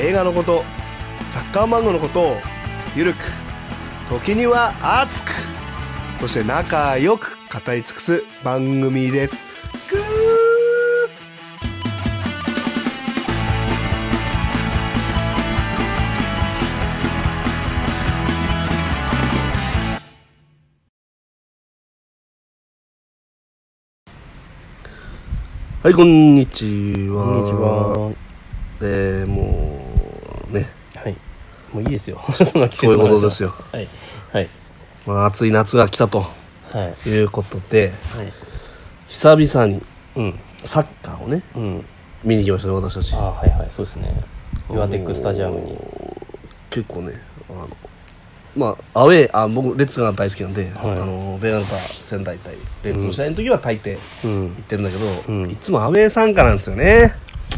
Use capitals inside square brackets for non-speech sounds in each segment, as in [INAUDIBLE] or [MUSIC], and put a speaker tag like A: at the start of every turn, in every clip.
A: 映画のことサッカー漫画のことをゆるく時には熱くそして仲良く語り尽くす番組ですぐーはい、こんにちは。
B: こんにちは。
A: えー、もうね
B: はい。もういいですよ。 [LAUGHS] その季
A: そういうこ
B: 節の話は
A: とですよ、
B: はい。はい。
A: まあ、暑い夏が来たと
B: はい。
A: いうことで
B: はい。
A: 久々に
B: うん。
A: サッカーをね
B: うん。
A: 見に行きましたね私たち
B: ああ、はいはい。そうですね。ユアテックスタジアムに。
A: 結構ねあのまあアウェーあ僕レッツが大好きなんで、
B: はい
A: あのベガンタ仙台対レッツの試合の時は大抵
B: う
A: 行っ
B: ん。
A: てるんだけど、
B: うん
A: いつもアウェー参加なんですよね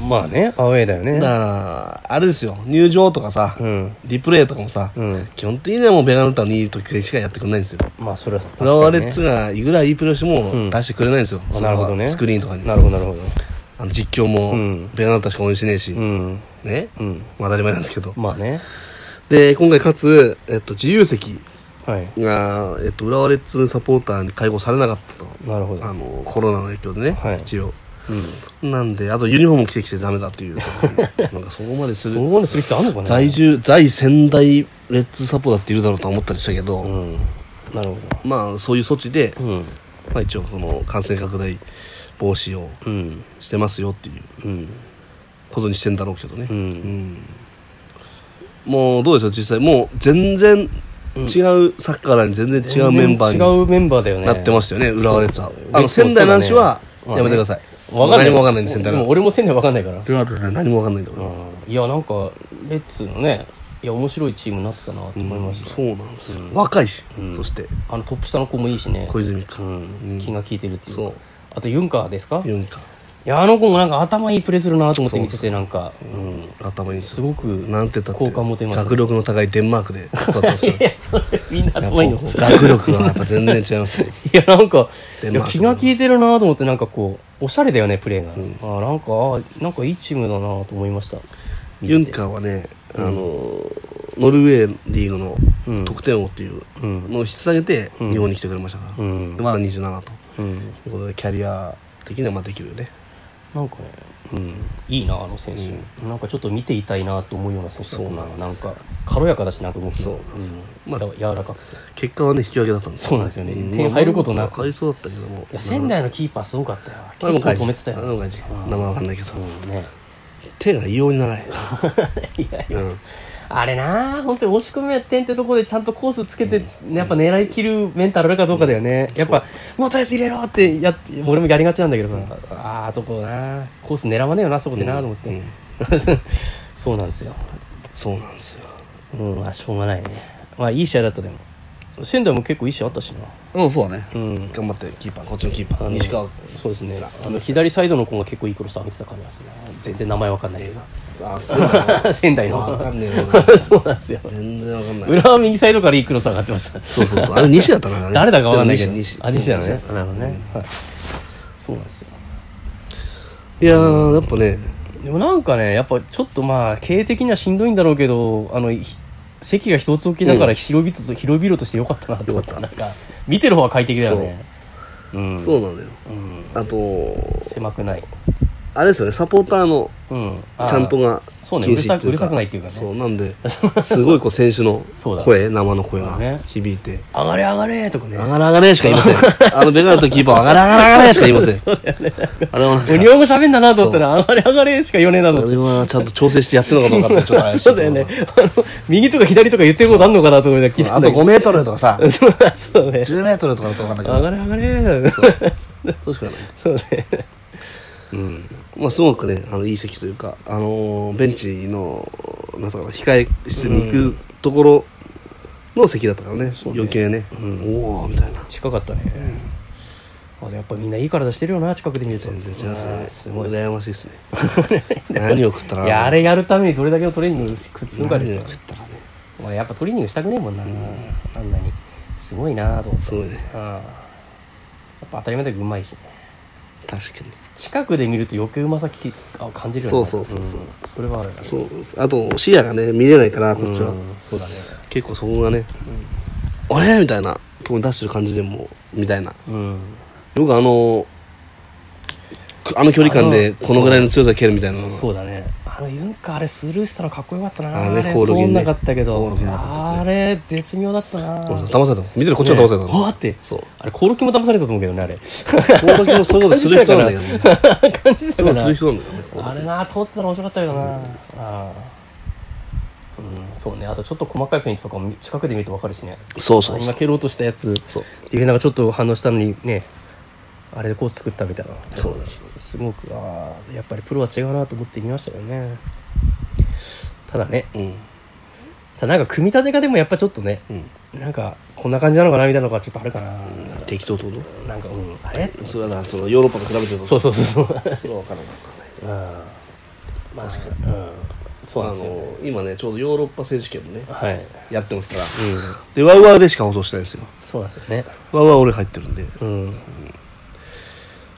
B: まあね、アウェーだよ
A: だ
B: ね。
A: からあれですよ入場とかさ、
B: うん。
A: リプレイとかもさ、
B: うん。
A: 基本的にはもうベガンタにいる時しかやってくれないんですよ
B: まあ、それは確か
A: フ
B: に、ね。
A: ラワーレッツがいくらいいプレーをしても出してくれないんですよ、
B: あ
A: それ
B: な
A: は
B: るほどね。
A: スクリーンとかに
B: なるほど、なるほど。
A: あの実況も
B: うん
A: ベガナタしか応援してねえし、
B: うん。
A: ね、
B: うん。
A: まあ、当たり前なんですけど
B: まあね。
A: で今回かつ、えっと、自由席
B: はい。
A: が、えっと、浦和レッズサポーターに解放されなかったと
B: なるほど。
A: あのコロナの影響でね、
B: はい
A: 一応
B: うん。
A: なんであとユニフォーム着てきてダメだっていうこと
B: [LAUGHS]
A: でなんかそこまです
B: そ
A: る
B: こまでする必要あるのかな
A: 在住在仙台レッズサポーターっているだろうとは思ったりしたけど、
B: うん。なるほ
A: まあそういう措置で、
B: ど。うん。
A: まあ、一応その感染拡大防止を
B: うん。
A: してますよっていう
B: うん。
A: ことにしてんだろうけどね、
B: う。
A: うんんもうどうですか実際もう全然違うサッカー団に全然違うメンバ
B: 全然
A: ーに
B: 違うメンバーだよね。
A: なってますよね浦和レッズは
B: そう
A: あの仙台男子は
B: そうだ
A: やめて
B: ね
A: ください
B: わかんない。
A: 何もわかんないんで仙台
B: でも
A: 男子
B: 俺も仙台わかんないから。
A: 浦和レッズは何もわかんないんだ俺
B: うんいやなんかレッツのねいや面白いチームになってたなと思いました、
A: そうなんですよ若いし
B: うん
A: そして
B: あのトップ下の子もいいしね
A: 小泉
B: う
A: か
B: ん
A: うん
B: 気が利いてるっていう
A: そう
B: あとユンカーですかい
A: ユンカ
B: やあの子もなんか頭いいプレーするなと思って見ててなんかうん
A: 頭いいんですすよ
B: ごく
A: なんて言った
B: 好感持
A: って
B: てます
A: 学力の高いデンマークで育ってますか
B: [LAUGHS] いやそれみんな
A: ら
B: 頭いいの
A: やっぱ学力がやっぱ全然違いますね
B: いやなんか
A: デン
B: い
A: マー
B: や
A: ク
B: 気が利いてるなと思ってなんかこうおしゃれだよねプレーが、あなんかあなんかいいチームだなと思いました見て
A: ユンカーはね、あのノルウェーリーグの得点王っていう
B: うん
A: のを引き下げて日本に来てくれましたから、
B: うん
A: でまだ27と
B: うん
A: いうことでキャリア的にはまあできるよね
B: なんかね、うん、いいなあの選手、なんかちょっと見ていたいなと思うような選手だった
A: そうな
B: なんなんか軽やかだしなんか動き
A: そう
B: が、うん
A: まあ
B: や柔らかくてい
A: 結果はね引き分けだったんです
B: そうなんですよね
A: う
B: 点入ることなく
A: まあ入りそうだったけども
B: や仙台のキーパーすごかったよ結
A: あれも
B: 構
A: 外
B: 止め
A: 人
B: てた
A: あれも
B: よ、
A: 外人名前わかんないけど、
B: うんね、
A: 手が異様に長
B: [LAUGHS]
A: い
B: いやいや
A: うん
B: あれなあ本当に押し込みや点ってところでちゃんとコースつけて、ねやっぱ狙い切るメンタルあるかどうかだよね、やっぱもうとりあえず入れろってやって俺もやりがちなんだけどさ、ああそこなコース狙わねえよなそこでなと思って、そうなんですよ
A: そうなんですよ
B: うん、まあしょうがないね。まあいい試合だったでも。仙台も結構いい試合あったしな。
A: うんそうだね
B: うん。
A: 頑張ってキーパーこっちのキーパ
B: あ
A: ー
B: の
A: 西川
B: そうですね。あの左サイドの子が結構いいクロス上げてた感じがするな。全然名前わかんないけ [LAUGHS]
A: あそうだな
B: ど。仙台の。
A: わかん
B: [LAUGHS]
A: ねえ
B: そうなんですよ。
A: な全然わかんない
B: 裏は右サイドからいいクロス上がってました。
A: そうそうそうあれ西だったからね
B: [LAUGHS] 誰だかわかんないけど。
A: 全部西西
B: あ、西だね。なるほどね。はい。そうなんですよ。
A: いやーやっぱね
B: でもなんかね、やっぱちょっとまあ、経営的にはしんどいんだろうけど、あの、ひ席が一つ置きだから広々と、広々としてよかったなって思った。なんか、見てる方が快適だよね。うん。
A: そうなんだよ
B: うん。
A: あと
B: 狭くない。
A: あれですよねサポーターの
B: うん。あー
A: ちゃんと。が
B: そうね
A: 禁止っていううか
B: るさくうるさくないっていうかね
A: そうなん
B: [LAUGHS]
A: ですごいこう選手の
B: そうだ
A: 声生の声
B: まあ
A: が
B: ね
A: 響いて
B: 上がれ上がれと
A: 「
B: かね
A: 上。がれ上がれ」しか言いません
B: [LAUGHS]
A: あのベガーとキーパーは「上がれ上がれ上がれ」しか言いませんあれはなんか
B: 日本語喋んだなと思ったら、上がれ上がれしか言わねえなと
A: あ
B: 思っ
A: れはちゃんと調整してやってるのかどうかってちょっと怪
B: て。
A: しいと
B: [LAUGHS] そ
A: こ
B: うだ
A: ろ
B: よね。あの、右とか左とか言ってることあんのかなと思って聞いた
A: あ
B: んだ
A: と
B: けど。
A: 5メートルとかさ
B: そうだそうね。
A: 10メートルとかだと分かんないけ
B: 上
A: ど
B: がれ上がれ
A: そうしかない
B: そうね。うん。
A: まあすごくねあのいい席というかあのーベンチのなんとか控え室に行くところの席だったからね、
B: そうね
A: 余計ね、
B: うん
A: おおみたいな
B: 近かったね、あでやっぱみんないい体してるよな近くで見ると
A: 全然違います
B: あ
A: ね
B: ーすごい
A: 羨ましい
B: [LAUGHS]
A: ですね何を食ったら
B: いやあれやるためにどれだけのトレーニングくっつうか
A: 何
B: です
A: を
B: よ
A: 食ったらね
B: まあやっぱトレーニングしたくねえもんな、あんなにすごいなと思って
A: すごいね
B: うんやっぱ当たり前だけどうまいしね
A: 確かに
B: 近くで見ると余計うまさきあ感じるよね
A: そうそうそうそうん
B: それはあるな
A: そうあと視野がね見れないからこっちは、
B: うんそうだね
A: 結構そこがね「あれ?」みたいなとこに出してる感じでもみたいな
B: うん
A: よくあのくあの距離感でこのぐらいの強さで蹴るみたいなのが
B: そうだねあのユンカあれスルーしたのかっこよかったな
A: あれね
B: れ
A: コール
B: 通
A: ギン
B: ん
A: ね
B: なかったけ
A: コー
B: ど
A: ルギンなかったですね
B: あれ絶妙だったな
A: そう騙されたの見てるこっちが騙された
B: ね
A: の、
B: わーって
A: そう
B: あれコオロキも騙されたと思うけどね
A: [LAUGHS]
B: あれ
A: その時もそういうことする人なんだけどね
B: 感じ
A: そ
B: た
A: ういうこと
B: から
A: する人なんだけどね
B: あれな通ってたら面白かったけどな、ああうんそうねあとちょっと細かいフェイントとかも近くで見ると分かるしね
A: そうそうそ
B: 今
A: う
B: 蹴ろうとしたやつ
A: そう
B: リフェナがちょっと反応したのにねあれでコース作ったみたいな
A: そうです
B: すごくああやっぱりプロは違うなと思って見ましたよねただね
A: うん
B: ただなんか組み立てがでもやっぱちょっとね
A: うん
B: なんかこんな感じなのかなみたいなのがちょっとあるかな、
A: 適当ってこ
B: なんかうんあれ
A: とそれはなそのヨーロッパと比べてると
B: そうそうそうそう
A: それは分からない
B: うんまあうんそうなん
A: あ
B: ですよ、
A: の今ねちょうどヨーロッパ選手権もね
B: はい、うん、
A: やってますからでワウワウでしか放送してないですよ
B: そうなんですよね
A: ワウワウ俺入ってるんで
B: うん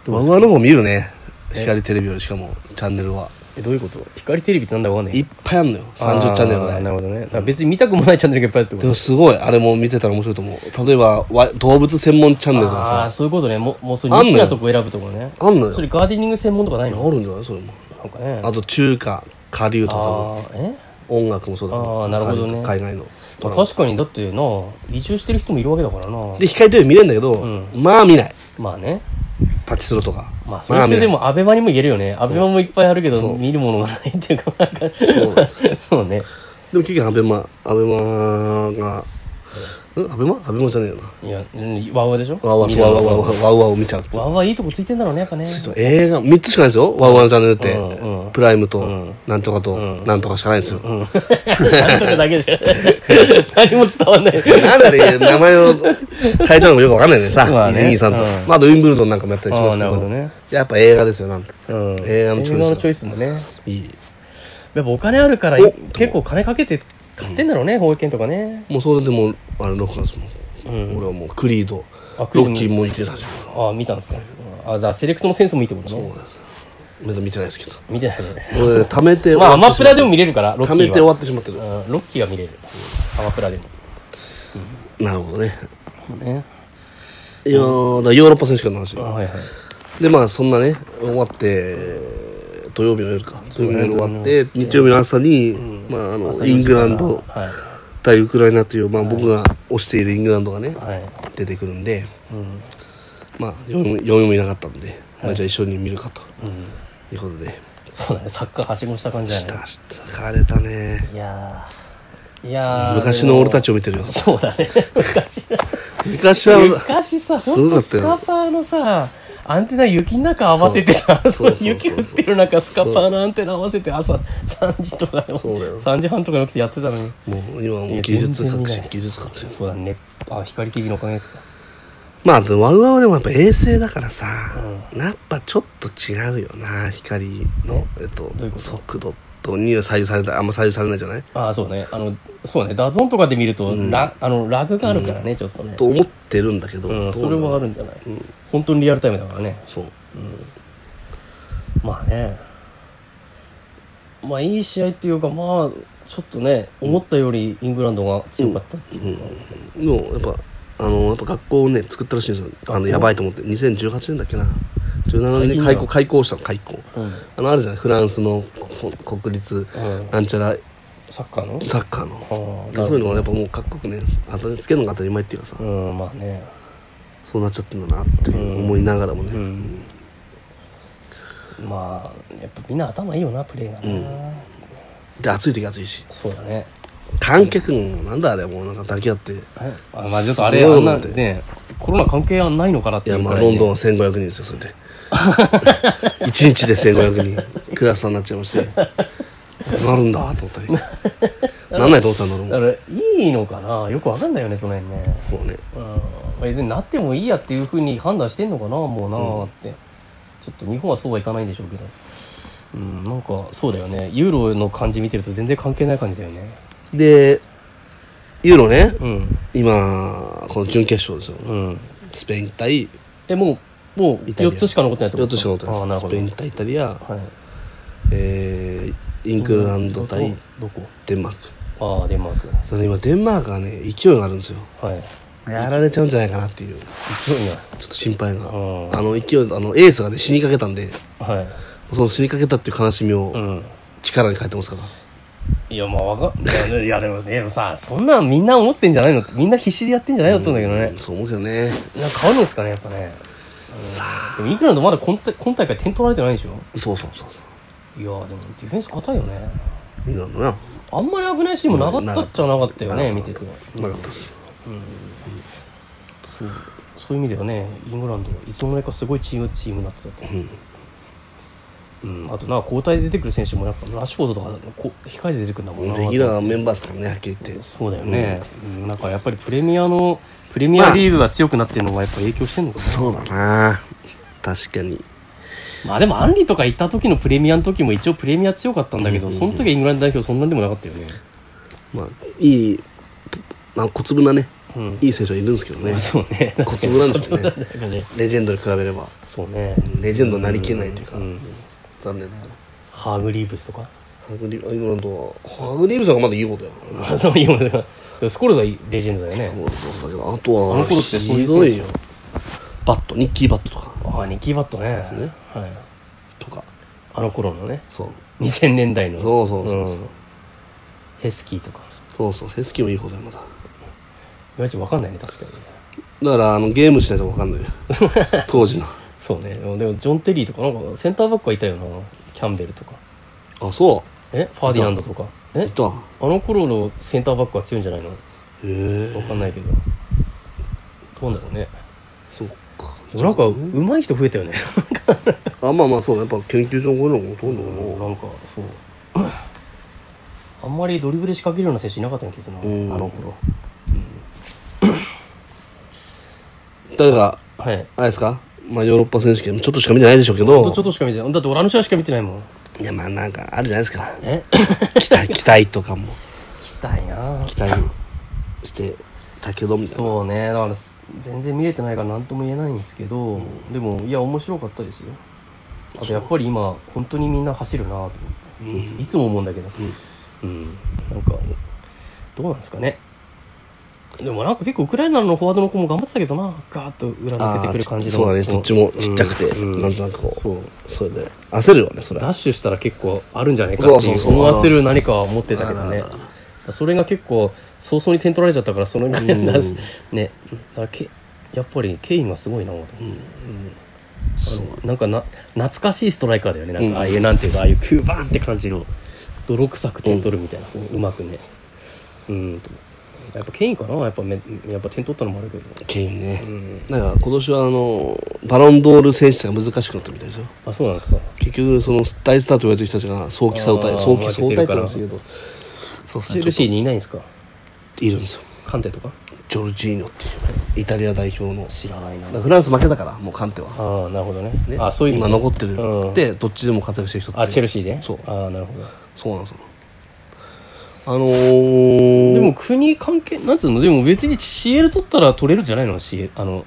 A: ワウワウの方見るね光テレビよりしかもチャンネルは
B: えどういうこと光テレビってなんだかわかんない
A: いっぱいあんのよ30チャンネルぐ
B: あ
A: ら
B: ー
A: い
B: なるほどねだから別に見たくもないチャンネルがいっぱいあるってこ
A: で
B: と
A: もすごいあれも見てたら面白いと思う例えばわ動物専門チャンネルとか
B: ああ
A: さ
B: ーそういうことねももうそう
A: あ
B: いうん
A: の
B: ニ
A: よ
B: ッチなとこ選ぶとこね
A: あんのよ
B: それガーデニング専門とかないの
A: あるんじゃないそれも
B: なんかね
A: あと中華下流とかも
B: あーえ、
A: 音楽もそうだけ
B: あーなるほどね
A: 海外の
B: まあ、確かにだってな移住してる人もいるわけだからな
A: で光テレビ見れるんだけど、
B: ん
A: まあ見ない
B: まあね
A: パチスロとか
B: まあそれってでもアベマにも言えるよねアベマもいっぱいあるけど
A: そう
B: 見るものがないっていうかなんか
A: そうで
B: [LAUGHS] そうね
A: でも結局アベマアベマがうんアベマアベマじゃねえよない
B: やうんワウワウでしょ
A: ワウワウ
B: 見
A: そう
B: る
A: ワウワウワウワウワウを見ちゃうっていう
B: ワウワウいいとこついてんだろうねやっぱね [LAUGHS]
A: そう映画3つしかないですよワウワウのチャンネルって、
B: うんうん
A: プライムと、
B: うん
A: なんとかと、なんとかしかないですよ、
B: 何とかだけ
A: [LAUGHS]
B: でしか何も伝わんない
A: なんだね、名前を変えちゃうのもよくわかんないね、さ、
B: [LAUGHS] まあね
A: 2023と。
B: うん
A: まあ、あとウィンブルドンなんかもやったりしますけ
B: あーなる
A: ど、
B: ほどね
A: やっぱ映画ですよ、なんか。
B: うん
A: 映画のチョイス
B: 映画のチョイスもねやっ
A: いい。
B: ぱお金あるから
A: お
B: 結構金かけて買ってんだろうね保育園とかね
A: もうそれでもう、あれ、6月も、
B: うん
A: 俺はもう、クリード、
B: あ
A: ロ
B: クリード
A: ッキーもいけたし、
B: ああ見たんですかあじゃあセレクトのセンスもいいってこと
A: そう
B: ね
A: ですよ。まだ見てないですけど。
B: 見てないね
A: 俺、貯めて、
B: まあアマプラで
A: も、
B: も見れるからロッ
A: 貯
B: キーは
A: めて終わってしまってる。
B: うんロッキーは見れるアマプラでも
A: なるほどね。
B: ね
A: いやー、だからヨーロッパ選手権の話。
B: はいはい
A: で、まあ、そんなね、終わって、土曜日の夜か。土曜日の夜終わって、日曜日の朝に、まあ、あの、イングランド、
B: はい
A: 対ウクライナという、まあ、僕が推しているイングランドがね、
B: はい
A: 出てくるんで、
B: うん
A: まあ、読み読みもいなかったんで、まあ、じゃあ一緒に見るかと
B: うん
A: いうことで、
B: そうだねサッカーはしごした感じだ
A: した
B: ね
A: した疲れたね
B: いやーいやー
A: 昔の俺たち
B: を
A: を見てるよ
B: そうだね [LAUGHS] 昔
A: 昔は
B: 昔さ、
A: す
B: ほん
A: ごかっ
B: と
A: た
B: ス
A: よ
B: カパーのさ、アンテナ雪の中合わせてさ、
A: そうそうそうそう
B: [LAUGHS] 雪降ってる中、スカパーのアンテナ合わせて朝3時とかの、
A: そうだよ
B: 3時半とかに起きてやってたのに。
A: もう今はもう技術
B: いや
A: 革
B: 全然見
A: 新
B: ない
A: 技術革新
B: そうだね。あ、光 TV のおかげですか。
A: まあワウワウはでもやっぱ衛星だからさ、
B: う
A: やっぱちょっと違うよな光の、えっと
B: ういうこと
A: 速度とには左右されたあんま左右されないじゃない
B: あそうね。あの、そうね。ダゾーンとかで見ると、ラあのラグがあるからね、ちょっとね。
A: と思ってるんだけど、
B: うん、
A: ど
B: そう
A: な
B: れ
A: の
B: はあるんじゃない、本当にリアルタイムだからね。
A: そう
B: まあね。まあいい試合っていうか、まあ、ちょっとね、思ったよりイングランドが強かったっていうか。
A: でもやっぱあのやっぱ学校をね作ったらしいんですよあのやばいと思って2018年だっけな17年に開校開校したの開校
B: うん
A: あのあるじゃないフランスのこ国立
B: うん
A: なんちゃら
B: サッカーの
A: サッカーの
B: あー
A: そういうのはやっぱもう各国ね当たりつけるのが当たり前っていうかさ
B: うんまあね
A: そうなっちゃってるんだなって思いながらもね、
B: うんまあやっぱみんな頭いいよなプレーがな、
A: で暑い時暑いし
B: そうだね
A: 観客もなんだあれもうなんか抱き合ってい
B: えあまあちょっとあれ
A: そう
B: あ
A: なん
B: ん
A: だ
B: なねコロナ関係はないのかなってい
A: や
B: う
A: ま
B: く
A: あ
B: らい
A: ロ
B: ね
A: ンドンは1500人です [LAUGHS] よそれで1日で1500人クラスターになっちゃいましてなるんだと思ったりなんないと思ってたんだろうも
B: だからいいのかなよくわかんないよねその辺ね
A: そうね
B: うん別になってもいいやっていうふうに判断してんのかなもうなーって、ちょっと日本はそうはいかないんでしょうけどうんなんかそうだよねユーロの感じ見てると全然関係ない感じだよね
A: でユーロね
B: うん
A: 今この準決勝ですよ
B: うん
A: スペイン対
B: えもうもう
A: イタリア
B: 4つしか残ってないってこ
A: 4
B: と
A: つしか残って
B: ああな
A: ないです
B: るほ
A: スペ
B: ど
A: イン対イタリア、
B: はい
A: えーイングランド対
B: どこ
A: デンマーク
B: ああデンマーク
A: ただ今デンマークがね勢いがあるんですよ
B: はい
A: やられちゃうんじゃないかなっていうちょ
B: 強い
A: っと心配が
B: うん
A: あの勢いあのエースがね死にかけたんで
B: なはい
A: その死にかけたっていう悲しみ
B: う
A: を
B: ん
A: 力に変えてますから、
B: いやまあわかんいやいやでもでもさそんなんみんな思ってんじゃないのってみんな必死でやってんじゃないのって思うんだけどね
A: そう思うけどね
B: なんか変わるんですかねやっぱねさあでもイングランドまだ今大今大会点取られてないでしょ
A: そうそうそうそ
B: いやーでもディフェンス硬いよね
A: ういいだろうな
B: あんまり危ないシーンもなかったっちゃなかったよね
A: な
B: 見
A: か
B: て
A: った
B: ても
A: なかったです
B: そうそういう意味ではねイングランドいつの間にかすごいチームチームになってたと、
A: うん
B: うん、あとな交代で出てくる選手もやっぱラッシュフォードとかこう控えて出てくるんだもんな
A: レギュラーメンバーですからねはっきり言って
B: そうだよね、うんなんかやっぱりプレミアのプレミアリーグが強くなってるのがやっぱ影響してんのかな、
A: そうだな確かに
B: まあでもアンリとかいた時のプレミアの時も一応プレミア強かったんだけど、その時はイングランド代表そんなんでもなかったよね、
A: まあいいなんか小粒なね、
B: うん
A: いい選手はいるんですけどね
B: そうね
A: 小粒なんでしょうね
B: [LAUGHS] なんかね
A: レジェンドに比べれば
B: そうね、
A: レジェンドになりきれないというか、
B: うん
A: 残念ながら
B: ハーグリーブスとか
A: ハグリイングランドはハグリーブさんがまだいい方だよ、
B: あそういうのがスコルズはレジェンドだよね
A: そうそうそうだけどあとは
B: あの頃ってそうい
A: ひ
B: う
A: どいよバットニッキーバットとか
B: ああニッキーバットね
A: ね
B: はい、
A: とか
B: あの頃のね
A: そう
B: 2000年代の
A: そうそうそうそう
B: うんヘスキーとか
A: そうそうヘスキーもいい方だよまだだ
B: いまいちわかんないね確かに
A: からあのゲームしないと分かん
B: [LAUGHS]
A: ないよ当時の
B: そうねでもでもジョン・テリーとかなんかセンターバックはいたよなキャンベルとか
A: あそ
B: えファーディナンドとか
A: う
B: え
A: いたへ
B: あの頃のセンターバックは強いんじゃないのわ
A: え
B: かんないけどどうなんだろうね
A: そっか
B: なんか上手い人増えたよね
A: あまあまあそうだやっぱ研究所のこういうのもほとんど
B: もう
A: の
B: なんかそうあんまりドリブルで仕掛けるような選手いなかったんですなあ
A: うん
B: の頃
A: だから
B: はい
A: あれですかまあヨーロッパ選手権ちょっとしか見てないでしょうけど
B: ほんとちょっとしか見てないだって俺あの試合しか見てないもん
A: いやまあなんかあるじゃないですか
B: え
A: 期待期待とかも
B: [LAUGHS] 来たいな
A: 期待してたけどみたいな
B: そうねだからす全然見れてないから何とも言えないんですけど、でもいや面白かったですよあとやっぱり今本当にみんな走るなと思って、いついつも思うんだけどうん、なんかどうなんですかねでもなんか結構ウクライナのフォワードの子も頑張ってたけどなガーッと裏抜けてくる感じの
A: あーそうだね
B: の
A: どっちもちっちゃくて、
B: うんうん
A: なんとなくこう
B: そう
A: それで焦るよねそれ
B: ダッシュしたら結構あるんじゃないかって
A: そ
B: いう
A: そうそ
B: う
A: う
B: 思わせる何かは持ってたけど
A: あら
B: ね
A: らら
B: それが結構早々に点取られちゃったからそのぐらいなんです [LAUGHS] ねだからけやっぱりケインがすごいなと思って、あのなんかな懐かしいストライカーだよねなん
A: うん
B: かああいう、なんていうかああいうキューバーンって感じの泥臭く点取るみたいな、うまくねうんとやっぱケインかなやっぱめやっぱ点取ったのもあるけど
A: ケインね、
B: ん
A: なんか今年はあのバロンドール選手が難しくなったみたいですよ
B: あそうなんですか
A: 結局その大スターと言われてる人たちが早期早退
B: あー
A: 早期早退って言
B: 負けてるか
A: うん
B: ら
A: ですけどそう
B: チェルシーにいないんですか
A: いるんですよ
B: カンテとか
A: ジョルジーニョっていうイタリア代表のだか
B: 知らないな
A: らフランス負けたからもうカンテは、
B: ああなるほどね
A: ね、
B: あそういう意
A: 今
B: 味
A: 残ってる
B: うん
A: で、どっちでも活躍してる人って
B: あチェルシーで
A: そう
B: ああなるほど
A: そうなんですよあのー、
B: でも国関係なんつうのでも別に CL 取ったら取れるんじゃないの CL あの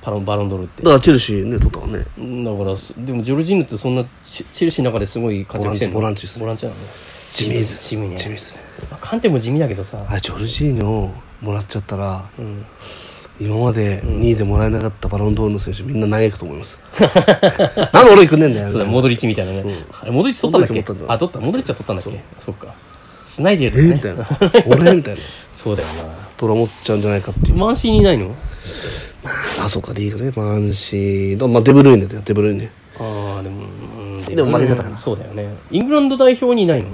B: パロンバロンドールって
A: だ
B: だ
A: からチェルシーね取ったからね
B: からすでもジョルジーヌってそんなチチェルシーの中ですごい活躍してるの
A: ボランチボランチっすね
B: ボランチなの
A: 地味です
B: 地味ね
A: 地味ですね
B: まあカンテも地味だけどさ
A: あれジョルジーニョもらっちゃったら
B: うん
A: 今まで2位でもらえなかったバロンドールの選手みんな嘆くと思います [LAUGHS] なんで俺行くねんだよ
B: そうだモドリッチみたいなねあれモドリッチ取ったんだっ
A: モ
B: け
A: ドリッチ取ったんだ
B: あ取ったモドリッチは取ったんだっけそっかスナイデ
A: え
B: ル
A: み
B: と
A: た
B: か
A: い
B: ね
A: な俺みたいな
B: そうだよな
A: とら思っちゃうんじゃないかっていう
B: マンシーにいないの
A: あそうかリーグねマンシードまあデブルイネだよデブルイネ
B: ああでもうん
A: でも負けちゃったから
B: そうだよねイングランド代表にいないの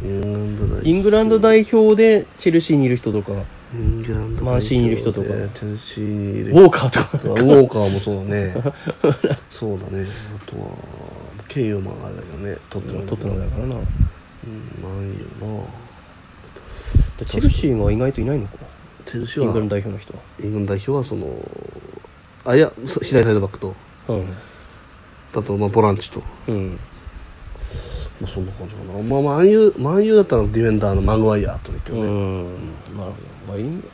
A: イングランド代
B: イングランド代表でチェルシーにいる人とかウ
A: イングランド代表で
B: マンシーにいる人とか
A: チェルシーにいる
B: ォーカーとか
A: そうウォーカーもそうだねそうだねあとはケイオマがあれだけどね取っても
B: 取ってないからな
A: ないよな
B: チェルシーが意外といないのか
A: チェルシ
B: イ
A: ー
B: ン
A: は
B: グランド代表の人
A: イングランド代表はそのあいやそ左サイドバックと
B: はうん
A: あとまあボランチと、ま
B: うん
A: あ、そんな感じかなまあまあああいうまああいうだったらディフェンダーのマグワイアとだけどね、
B: うんなるほど、まあ、イング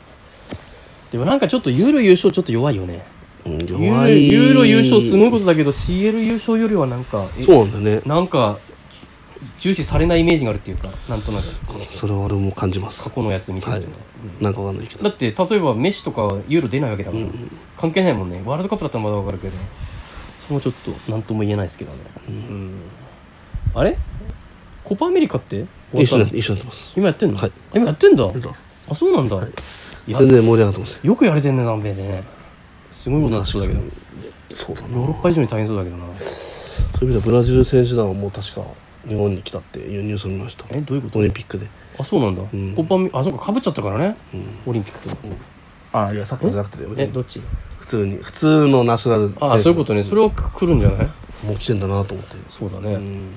B: でもなんかちょっとユーロ優勝ちょっと弱いよね
A: うん、
B: ユ
A: 弱
B: ー
A: い
B: ユーロ優勝すごいことだけど CL 優勝よりはなんかえ
A: そうなんだよね
B: なんか重視されないイメージがあるっていうかなんとなく
A: それは俺も感じます
B: 過去のやつ見て
A: は
B: る
A: い
B: とね、
A: なんかわかんないけど
B: だって例えばメッシとかユーロ出ないわけだから、
A: うんうん
B: 関係ないもんねワールドカップだったらまだわかるけどそれもちょっと何とも言えないですけどね、
A: うん
B: うんあれコパアメリカって
A: 一緒にな一緒になってます
B: 今やってんの、
A: はい
B: 今やってんだ
A: 全
B: あそうなんだ、いや
A: 然盛り上がってますよ
B: よくやれてんね南米でねすごいことになってそうだけどヨ
A: そうだな
B: ーロッパ以上に大変そうだけどな
A: そういう意味ではブラジル選手団はもう確か日本に来たっていうニュースを見ました
B: えどういうこと
A: オリンピックで、
B: あそうなんだ、
A: ん
B: コパアメあそうかかぶっちゃったからね
A: うん、
B: オリンピックと、
A: あいやサッカーじゃなくてね
B: えどっち
A: 普通に普通のナショナル選手
B: ああそういうことねそれはく来るんじゃない
A: もう来てんだなと思って、
B: そうだね、
A: うん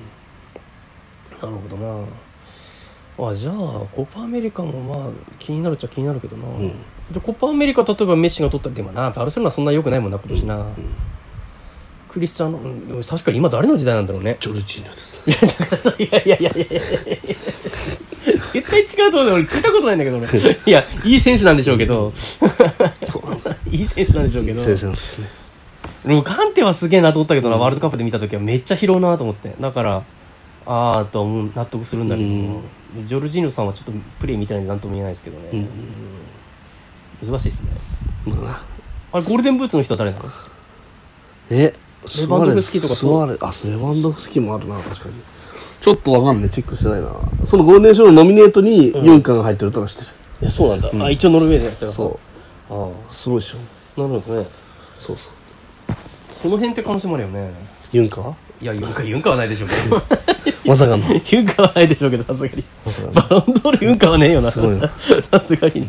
B: なるほどなあじゃあコパアメリカもまあ気になるっちゃ気になるけどな、
A: うん
B: でコパアメリカ例えばメッシが取ったりでもなバルセロナそんな良くないもんな今年な、クリスチャーノうんでも確かに今誰の時代なんだろうね
A: ジョルジーナです
B: いやだから [LAUGHS] いやいやいやいやいや絶対違うと思うよ俺 [LAUGHS] 聞いたことないんだけど俺いやいい選手なんでしょうけど
A: そうなんですよ
B: いい選手なんでしょうけど
A: 先生なんですね
B: でもカンテはすげえなと思ったけどな、ワールドカップで見た時はめっちゃ拾うなと思ってだからああとは思う納得するんだけど、ジョルジーニョさんはちょっとプレー見てないんで何とも言えないですけどね、
A: うん
B: うん難しいですね
A: まあな
B: あれゴールデンブーツの人は誰なの
A: え
B: レバンドフスキとか
A: スワレスあスレバンドフスキもあるな確かにちょっとわかんないチェックしてないなそのゴールデンショーのノミネートにユンカンが入ってるとか知ってる、
B: いやそうなんだ、あ一応ノルウェーでやった
A: そ
B: ああ
A: うすごいっしょ
B: なるほどね
A: そうそう
B: その辺って可能性もあるよね
A: ユンカン
B: いやユンカユンカはないでしょう [LAUGHS] け
A: まさかの
B: どユンカはないでしょうけどさすがに
A: まさかの
B: バロンドールユンカはねえよな
A: すごいな
B: さすがにな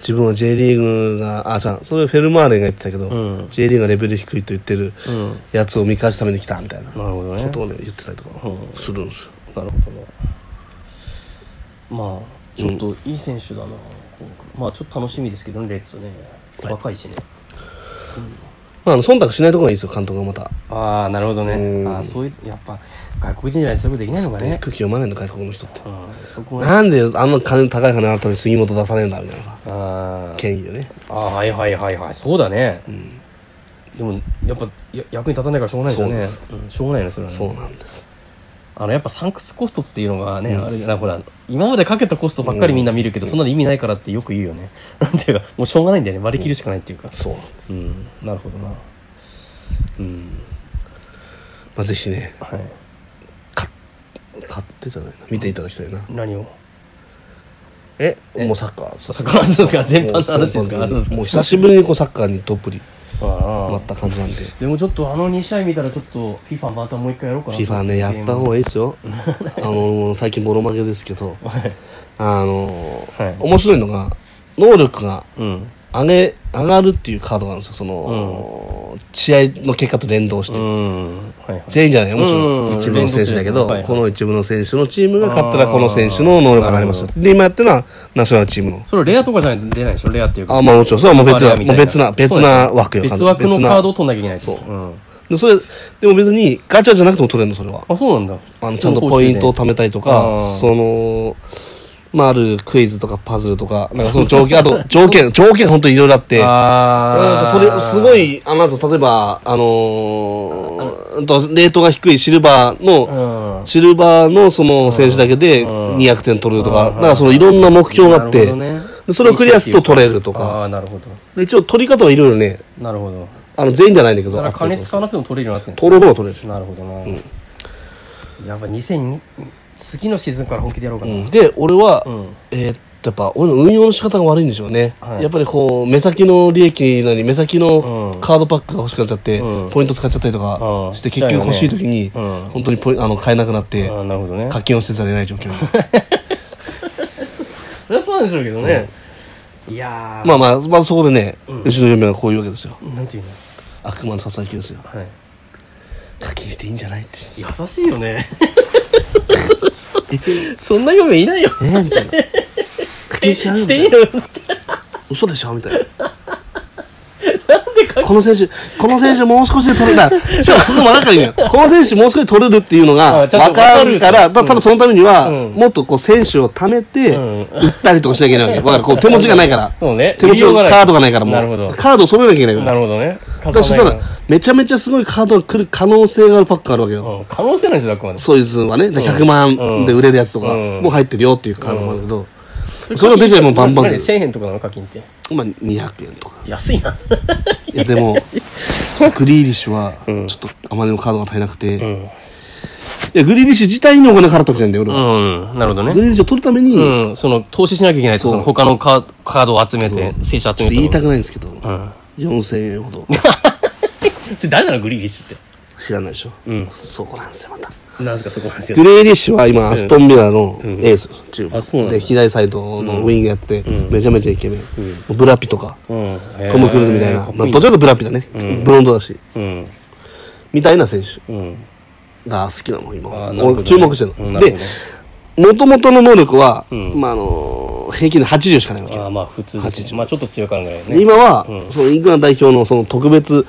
A: 自分は J リーグがあじゃあそれフェルマーレが言ってたけど、
B: うん
A: J リーグがレベル低いと言ってる
B: うん
A: やつを見返すために来たみたいな
B: なるほどね
A: ことをね言ってたりとか
B: うん
A: するんですよ
B: なるほどねまあちょっといい選手だな、まあちょっと楽しみですけどねレッツね
A: はい
B: 若いしね、
A: まああの忖度しないところがいいですよ監督がまた
B: ああなるほどね
A: うん
B: ああそういうやっぱ外国人じゃないとそういうことできないのか
A: で空
B: ね
A: 気読まないの外国の人って
B: うんそこはね
A: なんであんな金高い金あるたのに杉本出さねえんだみたいなさ
B: あー
A: 権威でね
B: あーはいはいはいはいそうだね、でもやっぱや役に立たないからしょうがないですよね
A: そう
B: うんしょうがないのそれはね
A: そうなんです
B: あのやっぱサンクスコストっていうのがね、あれじゃないほら今までかけたコストばっかりみんな見るけど、そんなの意味ないからってよく言うよね [LAUGHS] なんていうかもうしょうがないんだよね割り切るしかないっていうか、
A: そう、
B: うん、なるほどな。うん。
A: まあ、ぜひね
B: はい。
A: 買ってじゃないな見ていただきたいな
B: 何を
A: えもうサッカーそう
B: サッカーの話ですか全般の話です
A: も
B: か
A: う
B: あそうですか
A: もう久しぶりにこうサッカーにどっぷり
B: あ
A: まった感じなんで
B: でもちょっとあの2試合見たらちょっと FIFA またもう一回やろうかな。
A: FIFA ねやった方が
B: い
A: いいですよあの最近ボロ負けですけど
B: はい。
A: あの、
B: はい
A: 面白いのが能力が
B: うん。
A: 上げ上がるっていうカードがあるんですよその、試合の結果と連動して、
B: うん。はいはい。
A: 全員じゃないよもちろん、
B: うん
A: 一部の選手だけど、
B: 連動してるやつ
A: この一部の選手のチームが勝ったらこの選手の能力が上がりますよで今やってるのはナショナルチームの
B: それレアとかじゃないと出ないでしょレアっていうか。
A: あまあもちろんそれはもう別
B: レア
A: だ
B: み
A: も
B: た
A: う
B: いな
A: 別な別な枠よ
B: 別枠の
A: 別な
B: カードを取んなきゃいけないって
A: そ
B: こ
A: う
B: とうん。
A: でそれでも別にガチャじゃなくても取れるのそれは
B: あ、そうなんだ。
A: あのちゃんとポイントを貯めたりとか
B: あー、
A: その、まあ、あるクイズとかパズルとか、
B: [LAUGHS]
A: なんかその条件、あと条件、条件本当にいろいろあって、うん
B: あ
A: と
B: あ。
A: それ、すご。い、あの後、例えば、あのーうんと、レートが低いシルバー
B: う
A: の、
B: ん。
A: シルバーのその選手だけで
B: うん
A: 200点取るとか、
B: うん
A: なんかそのいろんな目標があっ
B: な
A: て
B: るほどね、
A: でそれをクリアすると取れるとか、
B: ああ、なるほど。
A: で一応取り方はいろいろね、
B: なるほど。
A: あの全員じゃないんだけ
B: だ
A: ど、
B: か
A: あ
B: ら
A: って
B: 金
A: る
B: 使わなくても取れるようになってるんです
A: 取
B: ね
A: れるのは取れる。
B: なるほどな、やっぱ2002次のシーズンから本気でやろうかな、
A: うんで、俺は、
B: うん
A: えーっとやっぱ俺の運用の仕方が悪いんでしょうね、
B: はい
A: やっぱりこう目先の利益なり目先の
B: うん
A: カードパックが欲しくなっちゃって、
B: うん
A: ポイント使っちゃったりとか
B: あー
A: して
B: し
A: 結
B: ち
A: 局
B: ゃうよね
A: 欲しい時に
B: うん
A: 本当にポイあの買えなくなって
B: ああなるほどね
A: 課金をせざるを得ない状況に
B: そりゃそうなんでしょうけどね、いやー、
A: まあまあまあそこでね、う
B: うん
A: ちの嫁がこういうわけですよ
B: なんていうの、
A: 悪魔のささやきですよ
B: はい、
A: [LAUGHS] 課金していいんじゃないって
B: 優しいよねそそんな嫁いないよ。
A: えーみたいな [LAUGHS] 課金しちゃうみ
B: [LAUGHS] したてい
A: い
B: い
A: な
B: の
A: 嘘でしょみたいな
B: なんでか
A: この選手この選手もう少しで取れたしかもその仲いいのよこの選手もう少し取れるっていうのが
B: あ
A: 分
B: ちゃんと
A: かるから
B: 分かる
A: たただそのためには、
B: うん
A: もっとこう選手を貯めて
B: うん
A: 売ったりとかしなきゃいけないわけ分かるこう手持ちがないから
B: そうね
A: 手持ち
B: 売りようが
A: の
B: ない
A: カードがないからもう
B: なるほど
A: カードを揃えなきゃいけないから
B: なるほどね。
A: だからそしたらめちゃめちゃすごいカードが来る可能性があるパックがあるわけよ、
B: うん可能性なんじゃなくまで。
A: そういう図はね、だから100万で売れるやつとか
B: うん
A: もう入ってるよっていうカードもあるけど、それが出ちゃえばバンバン
B: 何
A: で、
B: 1000円とかなの課金って。
A: まあ200円とか。
B: 安いな。
A: いやでも、グリーリッシュはちょっとあまりのカードが足りなくて、いやグリーリッシュ自体にお金払ったわけじゃないんだよ、俺は。
B: [LAUGHS] うん、なるほどね
A: グリー。リッシュを取るために、ちょ
B: うん、その投資しなきゃいけないと
A: そう
B: その他のカーカードを集めて
A: そう
B: 聖者
A: っと
B: 集めて
A: 言いた
B: く
A: くないんですけど、
B: うん
A: 4000円ほど
B: それ誰なのグリーリッシュって
A: 知らないでしょ。
B: うん
A: そこなんですよ、また。
B: なんすかそこなんです
A: グ
B: よ
A: レーリッシュは今、アストンビラのエース、中
B: あそう
A: 盤。
B: なんだ
A: で、左サイドのウィングやってて、めちゃめちゃイケメン。ブラピとか、
B: うん
A: トム・クルーズみたいな、
B: えー
A: まあ、どちらかというとブラピだね、ブロンドだし、
B: うん
A: みたいな選手
B: うん
A: が好きなの、今。
B: あーなるほど
A: 俺注目してるの。
B: うんなる
A: で
B: ほど、
A: もともとの能力は、
B: ん
A: まあ、あのー、平均で80しかないわけ
B: あ。あまあ普通です
A: 80
B: ねまあちょっと強いからぐらい
A: で
B: ね
A: 今は、
B: うん
A: そのイングランド代表のその特別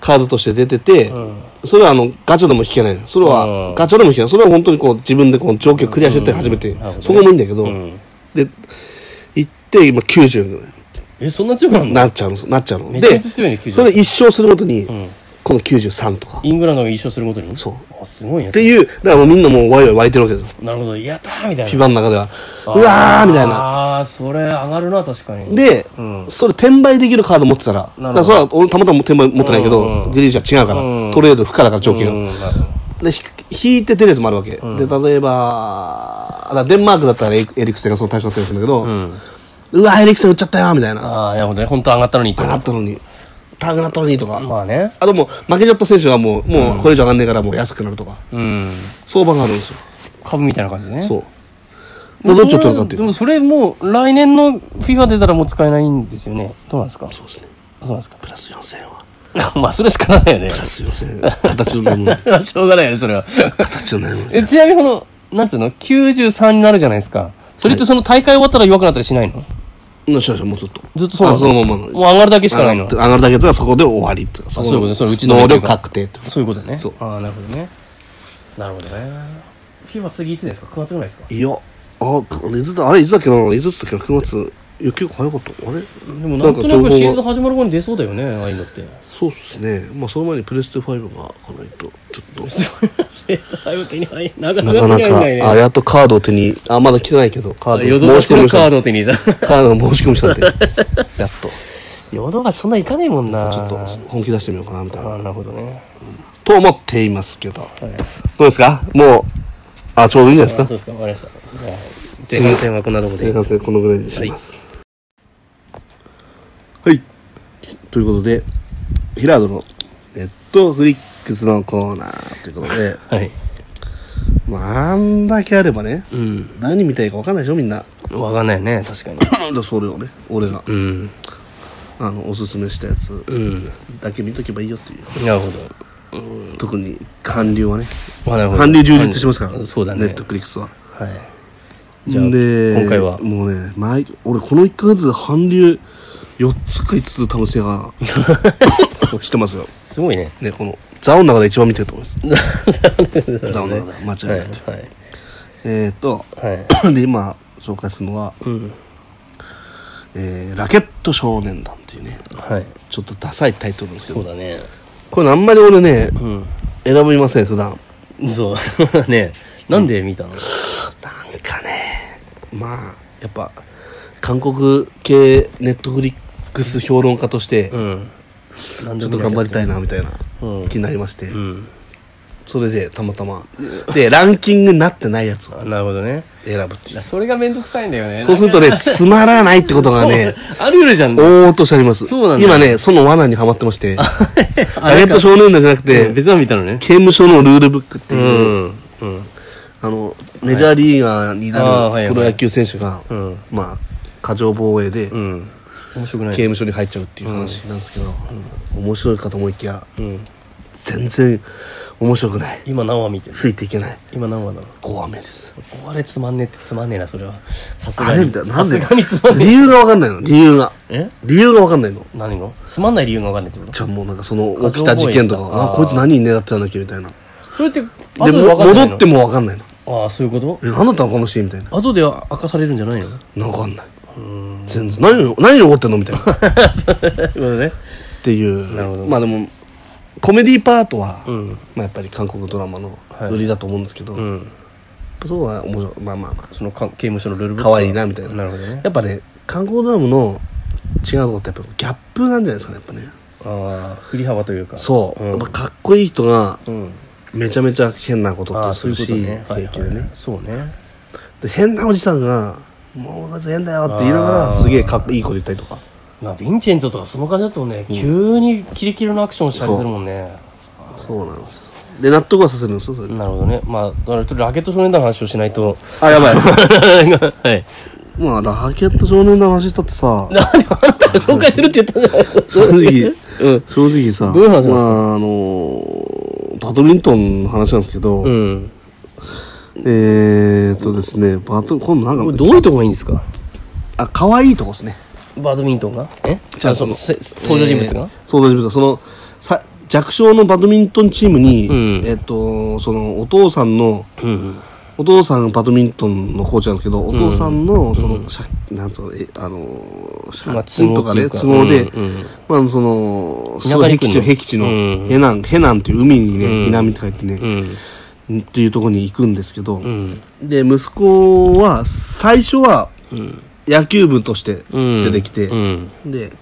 A: カードとして出てて、
B: ん
A: それはあのガチャでも引けないのそれは、
B: うん
A: ガチャでも引けないそれは本当にこう自分でこう状況クリアしてって初めて、
B: なるほどね
A: そこもいいんだけど、
B: うん
A: で行って今90ぐらい
B: えそんな強くなるの
A: なっちゃうのなっちゃうの
B: めちゃ
A: で
B: めちゃ強いね90
A: それ一勝するごとに、
B: ん
A: この93とかっ
B: イングランドが優勝するごとに
A: そう
B: あすごいね
A: ていうだからもうみんなもうワイワイ湧いてるわけですよ
B: なるほどやったーみたいな
A: フィバの中ではう
B: あ
A: わーみたいな
B: ああそれ上がるな確かに
A: で、
B: うん
A: それ転売できるカード持ってたら、だ
B: な
A: から
B: るほど
A: それは俺たまたま転売持ってないけ
B: うん
A: ど、
B: うん
A: デリージは違うから、
B: うん
A: トレード不可だから条件が。
B: うんなるほど
A: で、ひ引いて出るやつもあるわけ。で、例えば、だからデンマークだったらエリエリクセンがその対象だったりするんだけど、うわ、エリクセン売っちゃったよみたいな。
B: ああなるほどね本当上がったのにと
A: 高かったのに、高くなったのにとか。
B: まあね
A: あともう、負けちゃった選手はもう、もうこれ以上上がんねえからもう安くなるとか、
B: うん
A: 相場があるんですよ。
B: 株みたいな感じでね
A: そう。だからどっちを取るかってい
B: で
A: う。
B: もそれもう来年の FIFA 出たらもう使えないんですよね。どうなんですかそ
A: そうですね。
B: うなんですか [LAUGHS]
A: プラス4000円は。
B: まあそれしかないよね [LAUGHS]
A: プ。ラス4000円。形のないもの。
B: しょうがないよね、それ
A: [LAUGHS]
B: は。
A: 形のないもの。
B: えちなみにこの、なんつうの ?93 になるじゃないですか。それってその大会終わったら弱くなったりしないの、
A: のしょしょもうちょっと
B: ずっとそうな
A: あ
B: の
A: そのままの
B: もう上がるだけしかな
A: 上
B: い
A: がっ
B: の
A: て上がるだけやつがそこで終わりっていうかそ
B: そういうことねそれうちの
A: 能力確定って
B: そういうことね。
A: そう
B: ああ、なるほどね。なるほどね。FIFA 次いつですか ?9 月ぐらいですか
A: いやあいつだあれいつだっけないつだっけな9月いや結構早かったあれ
B: でもなんとな
A: なんか情報
B: く
A: が
B: シーズン始まる頃に出そうだよね、ああいうのって。
A: そうっすねまあその前にプレステ5が来ないとちょっと
B: え、最後手に入らなか
A: なかなかあやっとカードを手にあまだ来てないけどカード
B: ヨド
A: を
B: バ
A: 申
B: シ
A: し込
B: の
A: みした
B: カ
A: カ
B: ードを手に [LAUGHS] 入れた。
A: ードを申し込みしたん
B: [LAUGHS]
A: でやっと
B: ヨドバシそんないかねえもんな。
A: ちょっと本気出してみようかなみたいな
B: あなるほどね。
A: と思っていますけどど
B: はい、
A: うですかもうあちょうどいいんじゃない
B: あそう
A: ですか
B: ですか、わかりました。じゃあ、前半戦はこんなとこ
A: 前
B: で。
A: 半戦このぐらいにしますはい、ということでヒラードのネットフリックスのコーナーということで
B: はい。
A: まああんだけあればね
B: うん。
A: 何見たいか分かんないでしょみん [COUGHS] な
B: わかんないよね、確かに。
A: でそれをね俺が
B: うん。
A: あのおすすめしたやつ
B: うん。
A: だけ見とけばいいよっていう、
B: なるほ
A: 特に韓流はね
B: ど。あなるほど。
A: 韓流充実してますから、
B: うんそうだね。
A: ネットフリックスは
B: はい。じゃあ、
A: で
B: 今回は。
A: もうね毎俺この1ヶ月で韓流4つか5つ楽しみ
B: [LAUGHS]
A: がしてますよ
B: すごいね。
A: ね、この、ザオの中で一番見てると思います。ザオの中で、間
B: は
A: 違
B: い。
A: いなく。
B: はい。
A: えっと、
B: はい。
A: で、今、紹介するのは、
B: うん。
A: えーラケット少年団っていうね、
B: はい。
A: ちょっとダサいタイトルなんですけ
B: そう
A: ど、
B: だね。
A: これあんまり俺ね、
B: う
A: 選びません、普段。
B: ん。そう。ねなんで見たの
A: なんかね、まあ、やっぱ、韓国系ネットフリックス評論家として、
B: うん。なん
A: ちょっと頑張りた
B: い。
A: いな、みたいな
B: うん
A: 気になりまして、
B: うん。
A: それで、たまたま。で、ランキングになってないやつを
B: あなるほどね。
A: 選ぶっていう。
B: それがめんどくさいんだよね。
A: そうするとね、つまらないってことがね、
B: [LAUGHS] あるよりじゃん。
A: おーっとしてあります。
B: そうなんだ
A: 今ね、その罠にはまってまして、ラ
B: あ
A: ゲット少年団じゃなくて、
B: 別の見たのね。
A: 刑務所のルールブックって
B: う
A: いう、
B: ん。うん。
A: あの、メジャーリーガーに
B: あー
A: な
B: はい
A: る
B: は
A: プ
B: い
A: ロ野球選手が
B: うん、
A: まあ、過剰防衛で、
B: うん。面白くない。
A: 刑務所に入っちゃうっていう話なんですけど、面白いかと思いきや、
B: うん。
A: 全然面白くない
B: 今何話見てる
A: ついていけない
B: 今何話なの
A: 5話目です
B: これつまんねえってつまんねえなそれはさす
A: あ
B: が
A: れ
B: に
A: みたいなな
B: さ
A: ん
B: す
A: で
B: がにつまんねえ
A: 理由が分かんないの理由が
B: え
A: 理由が分かんないの
B: 何のつまんない理由がわかんないってこと
A: じゃあもうなんかその起きた事件とか
B: 過剰防衛した
A: あこいつ何狙ってたんだっけみたいな
B: それって
A: で
B: 後で
A: も
B: 分かんないの
A: 戻っても分かんないの
B: ああそういうこ
A: え何だったのこのシーンみたいな
B: と後で明かされるんじゃないの
A: 分かんない
B: [LAUGHS]
A: 全然何を何を怒ってんのみたいなっ
B: そういうことね
A: てい
B: [LAUGHS] なるほど
A: うまあでもコメディパートは、
B: うん
A: まあ、やっぱり韓国ドラマの
B: はい
A: 売りだと思うんですけど、
B: うん
A: そこは面白いまあまあまあ
B: そのか刑務所のルールブック
A: 可愛いなみたいな
B: なるほどね
A: やっぱね韓国ドラマの違うとこってやっぱギャップなんじゃないですかねやっぱね
B: ああ振り幅というか
A: そう、
B: ん
A: やっぱかっこいい人が
B: うん
A: めちゃめちゃ変なこと
B: あ
A: と
B: あ
A: す
B: そうい
A: る
B: うこ
A: し
B: とねはい
A: 平気で
B: はい
A: ね
B: そうね
A: で変なおじさんが「もうこいつ変だよ」って言いなが
B: あ
A: ら
B: ー
A: すげえかっこいいこと言ったりとか
B: まあヴィンチェントとかその感じだとね急にキレキレのアクションしたりするもんね
A: そうなんですで納得はさせるんですよそれ
B: なるほどねまあだからちょっとラケット少年団の話をしない [LAUGHS] と
A: あやばい
B: はい
A: まあラケット少年の話したってさ
B: 紹介するって言ったじゃないですか
A: 正直
B: うん
A: 正直さ
B: どういう話なんですか
A: まああのーバドミントンの話なんですけど、
B: うん
A: えーっとですねバド今度な
B: こ
A: ん
B: れ
A: か
B: どういうとこがいいんですか
A: あ可愛いとこですね
B: バドミントンがえ
A: じゃあ
B: あそのせ登場人物が、
A: えーそう登場人物がそのさ弱小のバドミントンチームに、
B: うん
A: えっとそのお父さんの
B: うん
A: お父さんがバドミントンのコーチなんですけど、お父さんのその、しゃなんつうのえあの
B: まあ
A: 借金とかね
B: 都
A: 都
B: 合
A: 合
B: っていう
A: で、
B: かうんうん
A: まあそのすご
B: 田舎
A: い
B: に
A: 僻地
B: 来んの
A: の僻地
B: うん
A: のヘナンヘナンっていう海にね、
B: うん
A: 南って書いて
B: う
A: ね、
B: ん
A: っていうところに行くんですけど、
B: うん
A: で息子は最初は
B: うん
A: 野球部として
B: うん
A: 出てきて、
B: うん
A: で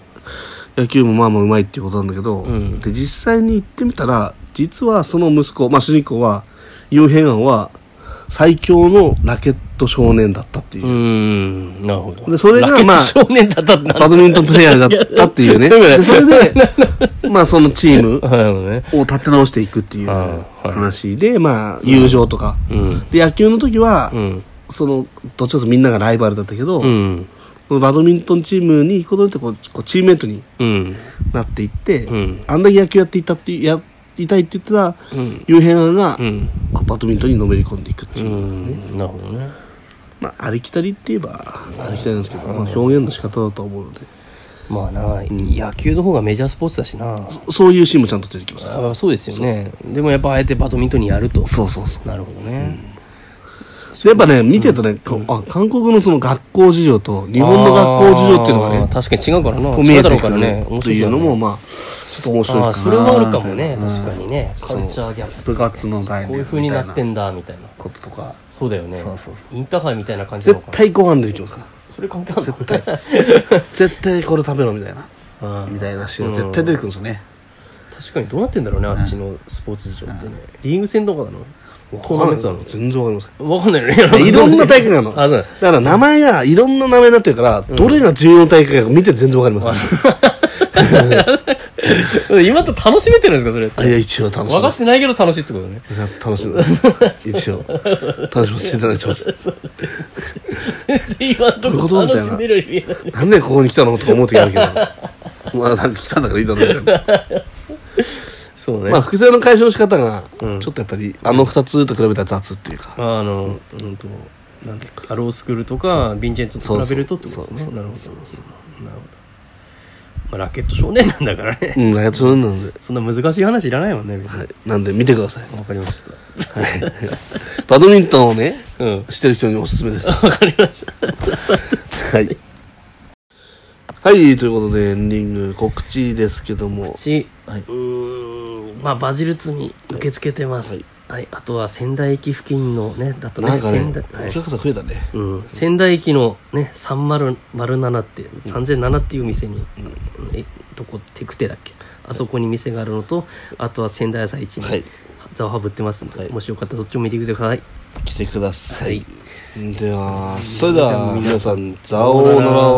A: 野球もまあまあうまいっていうことなんだけど、
B: うん
A: で実際に行ってみたら実はその息子、まあ、主人公はユン・ヘンアンは最強のラケット少年だったっていうう、
B: んなるほど
A: でそれが
B: ラケット
A: まあ
B: 少年だったんだ
A: バドミントンプレイヤーだったって
B: [LAUGHS]
A: いうね
B: そういう
A: で
B: こと
A: そ
B: ね
A: れでまあそのチーム
B: [LAUGHS] なるほどね
A: を立て直していくっていう
B: あーはい
A: 話で、まあ友情とか、
B: うん
A: で野球の時は、
B: うん
A: そのどっちかというとみんながライバルだったけど、
B: うん
A: そのバドミントンチームに行くことによってこうこうチームメイトに
B: うん
A: なっていって、
B: うん
A: あんだけ野球やっていたっていうやいたいって言ってた
B: うん
A: ユーヘンアンが、
B: うん
A: こうバドミントンにのめり込んでいくって
B: う
A: いう、
B: んなるほどね
A: まあ、ありきたりって言えばありきたりなんですけど、まあ、表現の仕方だと思うので
B: まあな野球の方がメジャースポーツだしな
A: そういうシーンもちゃんと出てきます
B: あそうですよねでもやっぱあえてバドミントンにやると
A: そうそうそう
B: なるほどね
A: でやっぱね見てるとね、こうあ韓国のその学校事情と日本の学校事情っていうのが
B: あ
A: ね
B: ー確かに違うからな
A: こう見えて
B: 違
A: く
B: うだろう
A: るというのもまあちょっと面白い
B: あ
A: か
B: あ
A: な
B: それはあるかもね
A: うん
B: 確かにねカルチャーギャップ
A: 部活の概念
B: こういう風になって
A: み
B: んだみたい
A: た
B: な
A: いなこととか
B: そうだよね
A: そうそうそ
B: インターハイみたいな感じ
A: 絶
B: なのかな
A: 対ご飯出てきますから
B: それ関係あるの
A: 絶対 [LAUGHS] 絶対これ食べろみたいな
B: あ
A: み
B: あ
A: たいなシーンが絶対出てくるんですよね、
B: 確かにどうなってんだろうねあっちのスポーツ事情ってねリーグ戦とかなのトーナメントなの
A: 全然わかりません
B: わかんないよね
A: いろんな大会があるの。
B: あそう
A: だから名前がいろんな名前になってるから、どれが重要な大会か見てて全然わかりません。
B: [LAUGHS] 今と楽しめてるんですかそれって
A: あいや、一応楽しみ
B: 沸か
A: ま
B: し
A: す。
B: てないけど楽しいってこと
A: [LAUGHS]
B: ね
A: いや楽しみです。一応、楽しませていただいてます。
B: [LAUGHS] 今のとこ
A: どういうことみたい
B: 楽
A: な
B: しんでるより見えない
A: なんでここに来たのとか思う時あるけど。
B: [LAUGHS]
A: まあ、なんか来たんだからいいだろうみたいな。
B: そうね、
A: まあ、複製の解消の仕方が、
B: うん
A: ちょっとやっぱり、あの二つと比べたら雑っていうか。
B: あ、のうんとなんだっけアロースクールとかヴィンチェンツォと比べるとってことです
A: そうそうそう
B: ねなるほどなるほどまあラケット少年なんだからね
A: うん、ライト少年なので、
B: そんな難しい話いらないもんね別に
A: はい。なんで見てください。
B: わかりました
A: [LAUGHS] バドミントンをね、
B: うん
A: してる人におすすめです。
B: わかりました
A: はい。はい、ということでエンディング告知ですけども。
B: し、
A: はいう
B: ーんまあバジル積み受け付けてますはい、あとは仙台駅付近のねだとね
A: なんかね
B: 仙台、はい
A: お客さん増えたね。
B: うん、仙台駅のね3007って3007っていう店に、えどこテクテだっけあそこに店があるのとあとは仙台朝市に、
A: はい
B: ザワハブ売ってますので、
A: はい
B: もしよかったらそっちも見てください
A: 来てください。
B: は
A: では、それでは皆さん、ザオ
B: オ
A: ー
B: う
A: ナ
B: なら
A: ラ